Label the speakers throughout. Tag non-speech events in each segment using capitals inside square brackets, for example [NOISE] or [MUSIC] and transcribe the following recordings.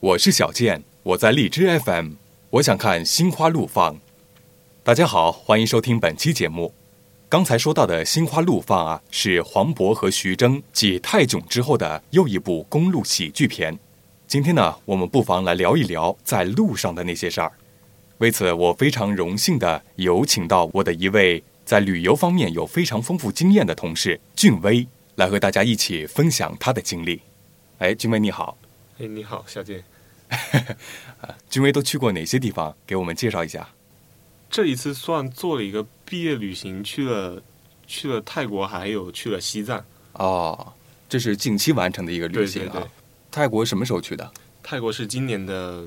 Speaker 1: 我是小健，我在荔枝 FM，我想看心花怒放。大家好，欢迎收听本期节目。刚才说到的《心花怒放》啊，是黄渤和徐峥继《泰囧》之后的又一部公路喜剧片。今天呢，我们不妨来聊一聊在路上的那些事儿。为此，我非常荣幸的有请到我的一位在旅游方面有非常丰富经验的同事俊威，来和大家一起分享他的经历。哎，俊威你好，
Speaker 2: 哎，你好，小健。
Speaker 1: 俊威都去过哪些地方？给我们介绍一下。
Speaker 2: 这一次算做了一个毕业旅行，去了去了泰国，还有去了西藏。
Speaker 1: 哦，这是近期完成的一个旅
Speaker 2: 对
Speaker 1: 行
Speaker 2: 对
Speaker 1: 啊。
Speaker 2: 对，
Speaker 1: 泰国什么时候去的？
Speaker 2: 泰国是今年的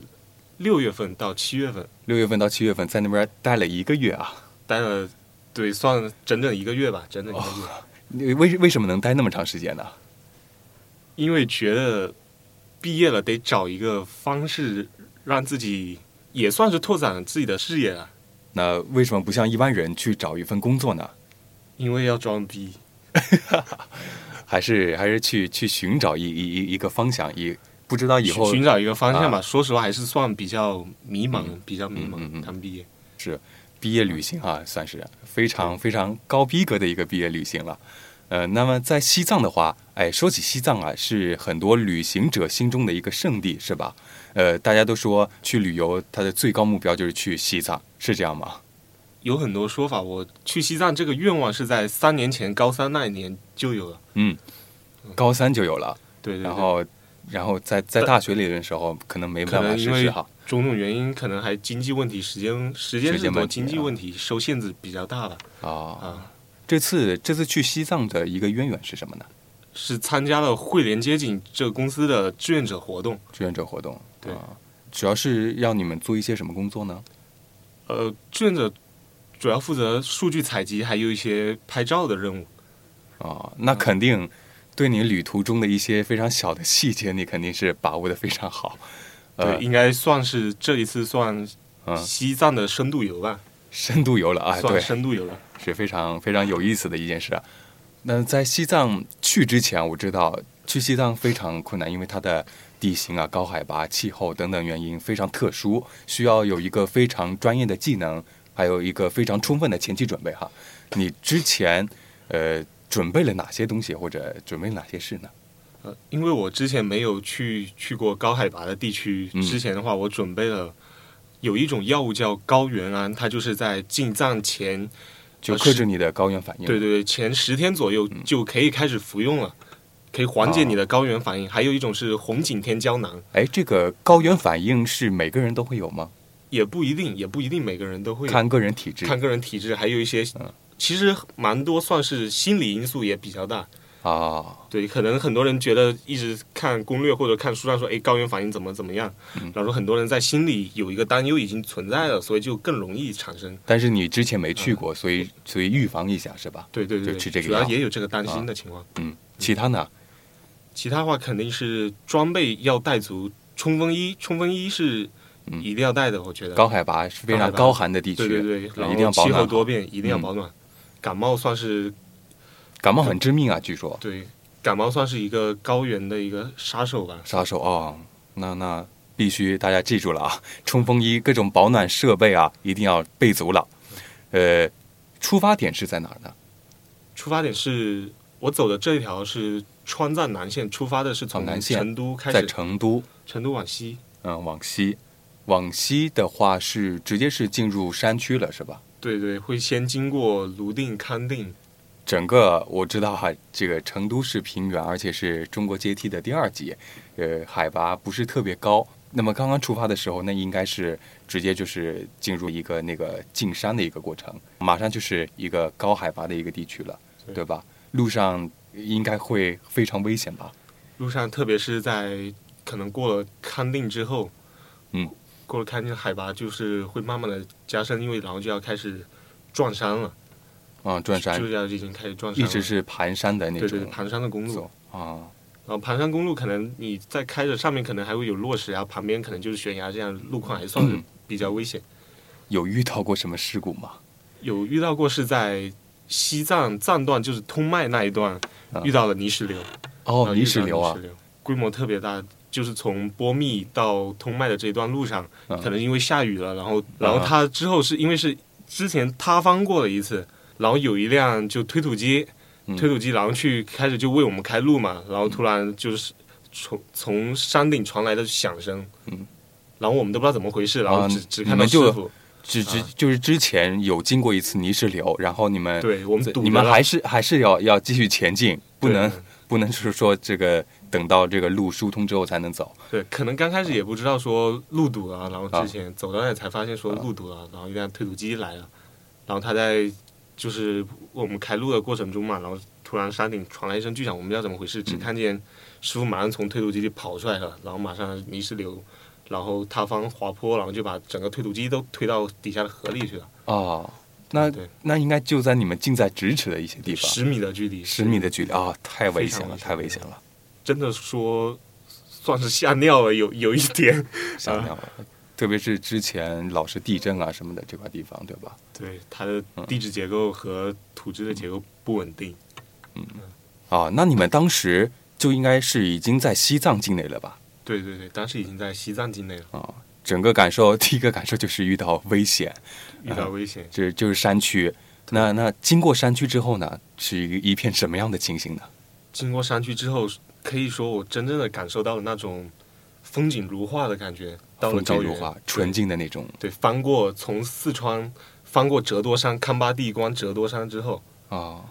Speaker 2: 六月份到七月份，
Speaker 1: 六月份到七月份，在那边待了一个月啊。
Speaker 2: 待了对，算整整一个月吧，整整一个月。
Speaker 1: 哦你为为什么能待那么长时间呢？
Speaker 2: 因为觉得毕业了得找一个方式，让自己也算是拓展自己的视野了，啊
Speaker 1: 那为什么不像一般人去找一份工作呢？
Speaker 2: 因为要装逼。
Speaker 1: 还是还是去去寻找一一一一个方向，一不知道以后
Speaker 2: 寻寻找一个方向吧，
Speaker 1: 啊
Speaker 2: 说实话还是算比较迷茫，比较迷茫。
Speaker 1: 嗯嗯嗯
Speaker 2: 刚毕业，
Speaker 1: 毕业旅行啊，算是非常非常高逼格的一个毕业旅行了。呃，那么在西藏的话，哎，说起西藏啊，是很多旅行者心中的一个圣地，是吧？呃，大家都说去旅游，它的最高目标就是去西藏，是这样吗？
Speaker 2: 有很多说法。我去西藏这个愿望是在三年前高三那一年就有了。
Speaker 1: 嗯，高三就有了，
Speaker 2: 对对对。
Speaker 1: 然后，然后在在大学里的时候，可能没办
Speaker 2: 可
Speaker 1: 法
Speaker 2: 能因
Speaker 1: 实施
Speaker 2: 为
Speaker 1: 哈。
Speaker 2: 种种原因，可能还经济问题、时间时间
Speaker 1: 时间
Speaker 2: 是
Speaker 1: 问
Speaker 2: 多，
Speaker 1: 题
Speaker 2: 经济
Speaker 1: 啊
Speaker 2: 问题受限制比较大吧。
Speaker 1: 啊，
Speaker 2: 啊，
Speaker 1: 这次这次去西藏的一个渊源是什么呢？
Speaker 2: 是参加了汇联街景这个公司的志愿者活动。
Speaker 1: 志愿者活动，
Speaker 2: 对
Speaker 1: 啊，主要是要你们做一些什么工作呢？
Speaker 2: 呃，志愿者主要负责数据采集，还有一些拍照的任务。
Speaker 1: 啊，那肯定对你旅途中的一些非常小的细节，你肯定是把握的非常好。 [LAUGHS] 呃
Speaker 2: 对，，应该算是这一次算
Speaker 1: 嗯，
Speaker 2: 西藏的深度游吧，
Speaker 1: 深度游了啊，
Speaker 2: 算
Speaker 1: 对，
Speaker 2: 深度游了。
Speaker 1: 是非常非常有意思的一件事啊。那在西藏去之前，我知道去啊西藏非常困难，因为它的地形啊、高海拔、气候等等原因非常特殊，需要有一个非常专业的技能，还有一个非常充分的前期准备哈。你之前呃准备了哪些东西，或者准备了哪些事呢？
Speaker 2: 呃，因为我之前没有去去过高海拔的地区，
Speaker 1: 嗯
Speaker 2: 之前的话我准备了有一种药物叫高原安，它就是在进藏前，
Speaker 1: 就
Speaker 2: 呃
Speaker 1: 克
Speaker 2: 是
Speaker 1: 制你的高原反应。
Speaker 2: 对对对，前十天左右
Speaker 1: 嗯
Speaker 2: 就可以开始服用了，可以缓
Speaker 1: 哦
Speaker 2: 解你的高原反应。还有一种是红景天胶囊，
Speaker 1: 哎，这个高原反应是每个人都会有吗？
Speaker 2: 也不一定，也不一定每个人都会有
Speaker 1: 看嗯个人体质
Speaker 2: 看个人体质，还有一些、其实蛮多算是心理因素也比较大。
Speaker 1: 啊。
Speaker 2: 对，可能很多人觉得一直看攻略或者看书上说，哎，高原反应怎么怎么样，
Speaker 1: 嗯
Speaker 2: 然后很多人在心里有一个担忧已经存在了，所以就更容易产生。
Speaker 1: 但是你之前没
Speaker 2: 嗯
Speaker 1: 去过，所以所以预防一下是吧？
Speaker 2: 对对
Speaker 1: 就
Speaker 2: 对
Speaker 1: 吃这个
Speaker 2: 对，主要
Speaker 1: 药
Speaker 2: 也有这个担心的情况。
Speaker 1: 嗯，其他呢？
Speaker 2: 其他话肯定是装备要带足，冲锋衣，冲锋衣是一定要带的，我觉
Speaker 1: 嗯
Speaker 2: 得。
Speaker 1: 高海拔是非常高寒的地区，
Speaker 2: 对对对，然
Speaker 1: 一定要
Speaker 2: 后
Speaker 1: 保
Speaker 2: 气候
Speaker 1: 暖。
Speaker 2: 多变，一定要
Speaker 1: 嗯
Speaker 2: 保暖。感冒算是
Speaker 1: 感冒很致命啊，据说
Speaker 2: 对，感冒算是一个高原的一个杀手吧。
Speaker 1: 杀手哦。那那必须大家记住了啊，冲锋衣、各种保暖设备啊，一定要备足了。呃，出发点是在哪儿呢？
Speaker 2: 出发点是我走的这一条是川藏南线，出发的是
Speaker 1: 哦
Speaker 2: 从
Speaker 1: 南线
Speaker 2: 嗯成都开
Speaker 1: 在
Speaker 2: 始，
Speaker 1: 成都，
Speaker 2: 成都往西。
Speaker 1: 嗯，往西，往西的话是直接是进入山区了，是吧？
Speaker 2: 对对，会先经过泸定、康定，
Speaker 1: 整个我知道哈，这个成都是平原，而且是中国阶梯的第二级，呃，海拔不是特别高。那么刚刚出发的时候，那应该是直接就是进入一个那个进山的一个过程，马上就是一个高海拔的一个地区了，
Speaker 2: 对
Speaker 1: 对吧？路上应该会非常危险吧？
Speaker 2: 路上特别是在可能过了康定之后，
Speaker 1: 嗯，
Speaker 2: 过了康定海拔就是会慢慢的加深，因为然后就要开始撞山了，
Speaker 1: 啊、转山
Speaker 2: 就是要已经开始撞山
Speaker 1: 一
Speaker 2: 了，
Speaker 1: 直是盘山的那
Speaker 2: 对
Speaker 1: 种
Speaker 2: 对对盘山的公路
Speaker 1: 走。啊，
Speaker 2: 然后盘山公路可能你在开着上面可能还会有落石啊，旁边可能就是悬崖，这样路况还算是
Speaker 1: 嗯
Speaker 2: 比较危险。
Speaker 1: 有遇到过什么事故吗？
Speaker 2: 有遇到过是在西藏藏段，就是通麦那一段、
Speaker 1: 啊
Speaker 2: 遇到了泥石流，
Speaker 1: 哦，
Speaker 2: 然后遇到
Speaker 1: 泥石流啊
Speaker 2: 泥石，流规模特别大，就是从波密到通麦的这一段路上，
Speaker 1: 嗯
Speaker 2: 可能因为下雨了，然
Speaker 1: 啊
Speaker 2: 后然后他之后是因为是之前塌方过了一次，然后有一辆就推土机，
Speaker 1: 嗯
Speaker 2: 推土机然后去开始就为我们开路嘛，然后突然就是从从山顶传来的响声，
Speaker 1: 嗯
Speaker 2: 然后我们都不知道怎么回事，然后
Speaker 1: 啊
Speaker 2: 只、只看
Speaker 1: 你
Speaker 2: 到
Speaker 1: 们
Speaker 2: 师
Speaker 1: 就
Speaker 2: 傅，
Speaker 1: 只
Speaker 2: 嗯
Speaker 1: 之就是之前有经过一次泥石流，然后你们
Speaker 2: 对我们
Speaker 1: 对
Speaker 2: 堵
Speaker 1: 你
Speaker 2: 着
Speaker 1: 们
Speaker 2: 了
Speaker 1: 还是还是要要继续前进，不
Speaker 2: 对
Speaker 1: 能不能是说这个等到这个路疏通之后才能走。
Speaker 2: 对，可能刚开始也不知道说路堵了，然后
Speaker 1: 啊
Speaker 2: 之前走到那里才发现说路堵啊了，然后一辆推土机来了，然后他在就是我们开路的过程中嘛，然后突然山顶传来一声巨响，我们不知道怎么回
Speaker 1: 嗯
Speaker 2: 事，只看见师傅马上从推土机里跑出来了，然后马上泥石流，然后塌方滑坡，然后就把整个推土机都推到底下的河里去了，
Speaker 1: 哦，那
Speaker 2: 对
Speaker 1: 那应该就在你们近在咫尺的一些地方，
Speaker 2: 十米的距离，
Speaker 1: 十米的距离啊、太危险了，
Speaker 2: 非常危险
Speaker 1: 太危险了，
Speaker 2: 真的说算是吓尿了，有有一
Speaker 1: [LAUGHS]
Speaker 2: 点，
Speaker 1: 吓尿了。特别是之前老是地震啊什么的这块地方，对吧？
Speaker 2: 对它的地质结构和土质的结构不稳定。
Speaker 1: 啊，那你们当时就应该是已经在西藏境内了吧？
Speaker 2: 对对对，当时已经在西藏境内了，
Speaker 1: 啊，整个感受，第一个感受就是遇到危险，
Speaker 2: 遇到危险。
Speaker 1: 这就是山区。那那经过山区之后呢，是一个一片什么样的情形呢？
Speaker 2: 经过山区之后，可以说我真正的感受到了那种风景如画的感觉。到了
Speaker 1: 风景
Speaker 2: 高原，
Speaker 1: 如画，纯净的那种
Speaker 2: 对，翻过从四川翻过折多山、康巴地关折多山之后，
Speaker 1: 啊，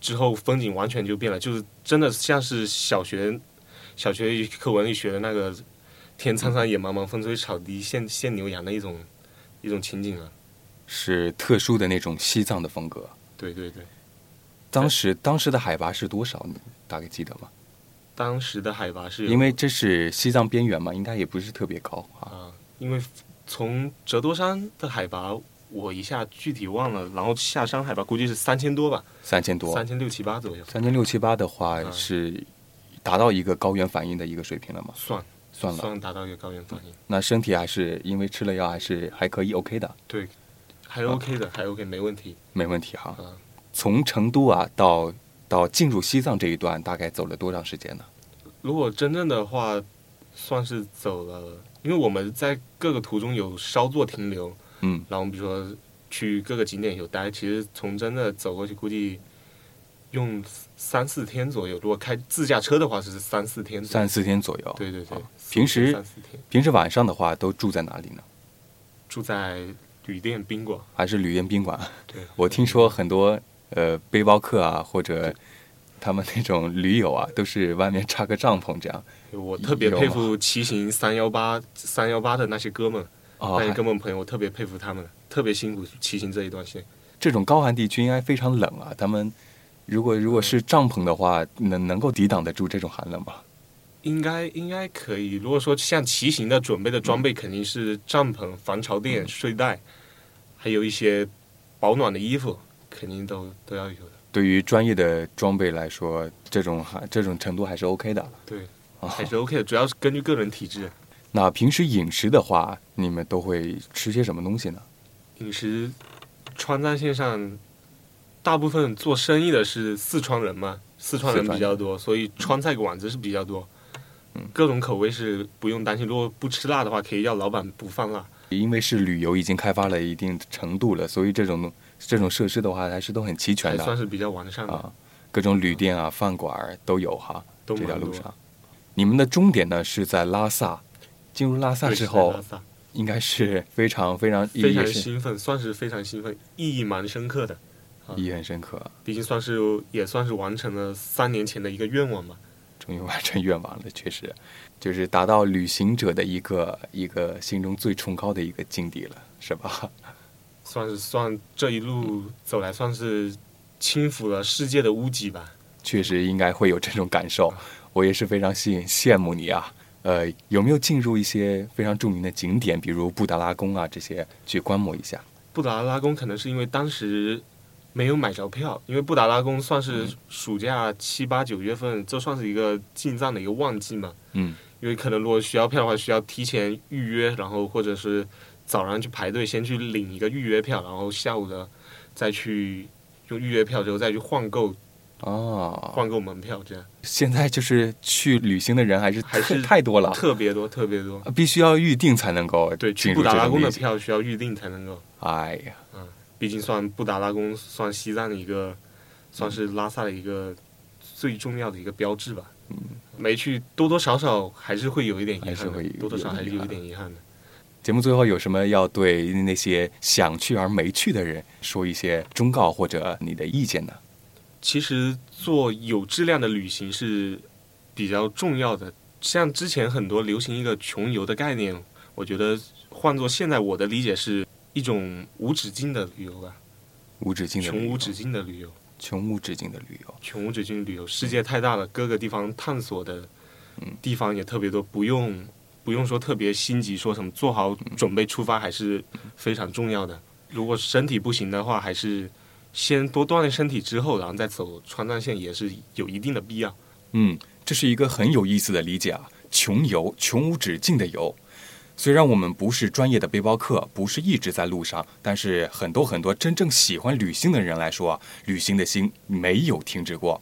Speaker 2: 之后风景完全就变了，就是真的像是小学小学课文里学的那个“天苍苍，野茫茫，风吹草低见见牛羊”的一种一种情景了。
Speaker 1: 是特殊的那种西藏的风格。
Speaker 2: 对对对，
Speaker 1: 当时当时的海拔是多少？你大概记得吗？
Speaker 2: 当时的海拔是有
Speaker 1: 因为这是西藏边缘嘛，应该也不是特别高啊。
Speaker 2: 啊，因为从折多山的海拔，我一下具体忘了，然后下山海拔估计是三千多吧，
Speaker 1: 三千多，
Speaker 2: 三千六七八左右，
Speaker 1: 三千六七八的话
Speaker 2: 嗯
Speaker 1: 是达到一个高原反应的一个水平了吗？
Speaker 2: 算
Speaker 1: 算了，嗯
Speaker 2: 达到一个高原反应，
Speaker 1: 那身体还是因为吃了药还是还可以 OK 的，
Speaker 2: 对，还 OK 的，还 OK 没问题
Speaker 1: 没问题哈。
Speaker 2: 啊。
Speaker 1: 从成都啊到到进入西藏这一段，大概走了多长时间呢？
Speaker 2: 如果真正的话，算是走了，因为我们在各个途中有稍作停留，
Speaker 1: 嗯，
Speaker 2: 然后比如说去各个景点有待，其实从真的走过去估计。用三四天左右，如果开自驾车的话是三四天左右。
Speaker 1: 三四天左右。
Speaker 2: 对对对
Speaker 1: 啊，
Speaker 2: 四
Speaker 1: 平
Speaker 2: 天
Speaker 1: 时
Speaker 2: 哦三四天。
Speaker 1: 平时晚上的话都住在哪里呢？
Speaker 2: 住在旅店宾馆，
Speaker 1: 还是旅店宾馆？
Speaker 2: 对
Speaker 1: 我听说很多呃背包客啊，或者他们那种驴友啊，都是外面扎个帐篷这样。
Speaker 2: 我特别
Speaker 1: 有
Speaker 2: 佩服骑行三幺八三幺八的那些哥们，
Speaker 1: 哦，
Speaker 2: 那些
Speaker 1: 还
Speaker 2: 哥们朋友，我特别佩服他们，特别辛苦骑行这一段线。
Speaker 1: 这种高寒地区应该非常冷啊。他们如果如果是帐篷的话，能能够抵挡得住这种寒冷吗？
Speaker 2: 应该应该可以。如果说像骑行的准备的装备，肯定是帐篷、防潮垫、睡袋，还有一些保暖的衣服，肯定都都要有的。
Speaker 1: 对于专业的装备来说，这种还这种程度还是 OK 的。
Speaker 2: 对，
Speaker 1: 啊
Speaker 2: 还是 OK 的，主要是根据个人体质。
Speaker 1: 那平时饮食的话，你们都会吃些什么东西呢？
Speaker 2: 饮食川藏线上，大部分做生意的是四川人嘛，四川人
Speaker 1: 四川人
Speaker 2: 比较多，所以川菜馆子是比较多。
Speaker 1: 嗯
Speaker 2: 各种口味是不用担心，如果不吃辣的话，可以要老板不放辣。
Speaker 1: 因为是旅游已经开发了一定程度了，所以这种这种设施的话还是都很齐全
Speaker 2: 还
Speaker 1: 的
Speaker 2: 算是比较完善的，
Speaker 1: 哎啊，各种旅店啊、饭馆儿都有哈。
Speaker 2: 都
Speaker 1: 这条
Speaker 2: 蛮
Speaker 1: 路
Speaker 2: 多。
Speaker 1: 上，你们的终点呢是在拉萨。进入拉萨
Speaker 2: 对
Speaker 1: 之
Speaker 2: 是
Speaker 1: 后
Speaker 2: 的，拉萨
Speaker 1: 应该是非常非常意
Speaker 2: 非
Speaker 1: 义
Speaker 2: 常
Speaker 1: 也是
Speaker 2: 兴奋，算是非常兴奋，意义蛮深刻的。啊
Speaker 1: 意义很深刻，
Speaker 2: 毕竟算是也算是完成了三年前的一个愿望吧。
Speaker 1: 终于完成愿望了，确实，就是达到旅行者的一个一个心中最崇高的一个境地了，是吧？
Speaker 2: 算是算这一路走来，算是轻抚了世界的屋脊吧。
Speaker 1: 确实应该会有这种感
Speaker 2: [LAUGHS]
Speaker 1: 受，我也是非常羡羡慕你啊。呃，有没有进入一些非常著名的景点，比如布达拉宫啊这些去观摩一下？
Speaker 2: 布达拉宫可能是因为当时没有买着票，因为布达拉宫算是
Speaker 1: 嗯
Speaker 2: 暑假七八九月份，这算是一个进藏的一个旺季嘛。
Speaker 1: 嗯，
Speaker 2: 因为可能如果需要票的话，需要提前预约，然后或者是早上去排队先去领一个预约票，然后下午的再去用预约票之后再去换购
Speaker 1: 哦，
Speaker 2: 换购门票，这样
Speaker 1: 现在就是去旅行的人还是
Speaker 2: 还
Speaker 1: 太
Speaker 2: 是
Speaker 1: 太多了，
Speaker 2: 特别多，特别多。
Speaker 1: 必须要预定才能够
Speaker 2: 对，
Speaker 1: 进
Speaker 2: 去
Speaker 1: 入
Speaker 2: 布
Speaker 1: 这
Speaker 2: 达拉
Speaker 1: 种
Speaker 2: 宫
Speaker 1: 旅
Speaker 2: 的
Speaker 1: 行。
Speaker 2: 票需要预定才能够，
Speaker 1: 哎呀，
Speaker 2: 毕竟算布达拉宫算西藏的一个，算是拉萨的一个最重要的一个标志吧。没去多多少少还是会有一点遗
Speaker 1: 嗯还是
Speaker 2: 憾
Speaker 1: 会
Speaker 2: 的
Speaker 1: 有，
Speaker 2: 多多少少还是
Speaker 1: 有
Speaker 2: 有
Speaker 1: 遗
Speaker 2: 一点遗憾的。
Speaker 1: 节目最后有什么要对那些想去而没去的人说一些忠告或者你的意见呢？
Speaker 2: 其实做有质量的旅行是比较重要的。像之前很多流行一个穷游的概念，我觉得换做现在我的理解是一种无止境的旅游吧，
Speaker 1: 无止境的旅
Speaker 2: 穷
Speaker 1: 游
Speaker 2: 无止境的旅游，
Speaker 1: 穷无止境的旅游，
Speaker 2: 穷无止境的旅游，世界太大了，各个地方探索的地方也特别多，不用不用说特别心急，说什么做好准备出发还是非常重要的。如果身体不行的话，还是先多锻炼身体，之后然后再走川藏线也是有一定的必要。
Speaker 1: 嗯，这是一个很有意思的理解啊，穷游，穷无止境的游。虽然我们不是专业的背包客，不是一直在路上，但是很多很多真正喜欢旅行的人来说啊，旅行的心没有停止过。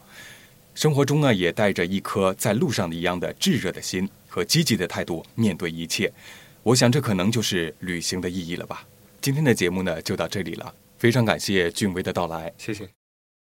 Speaker 1: 生活中呢，也带着一颗在路上一样的炙热的心和积极的态度面对一切。我想，这可能就是旅行的意义了吧。今天的节目呢，就到这里了，非常感谢俊威的到来。
Speaker 2: 谢谢。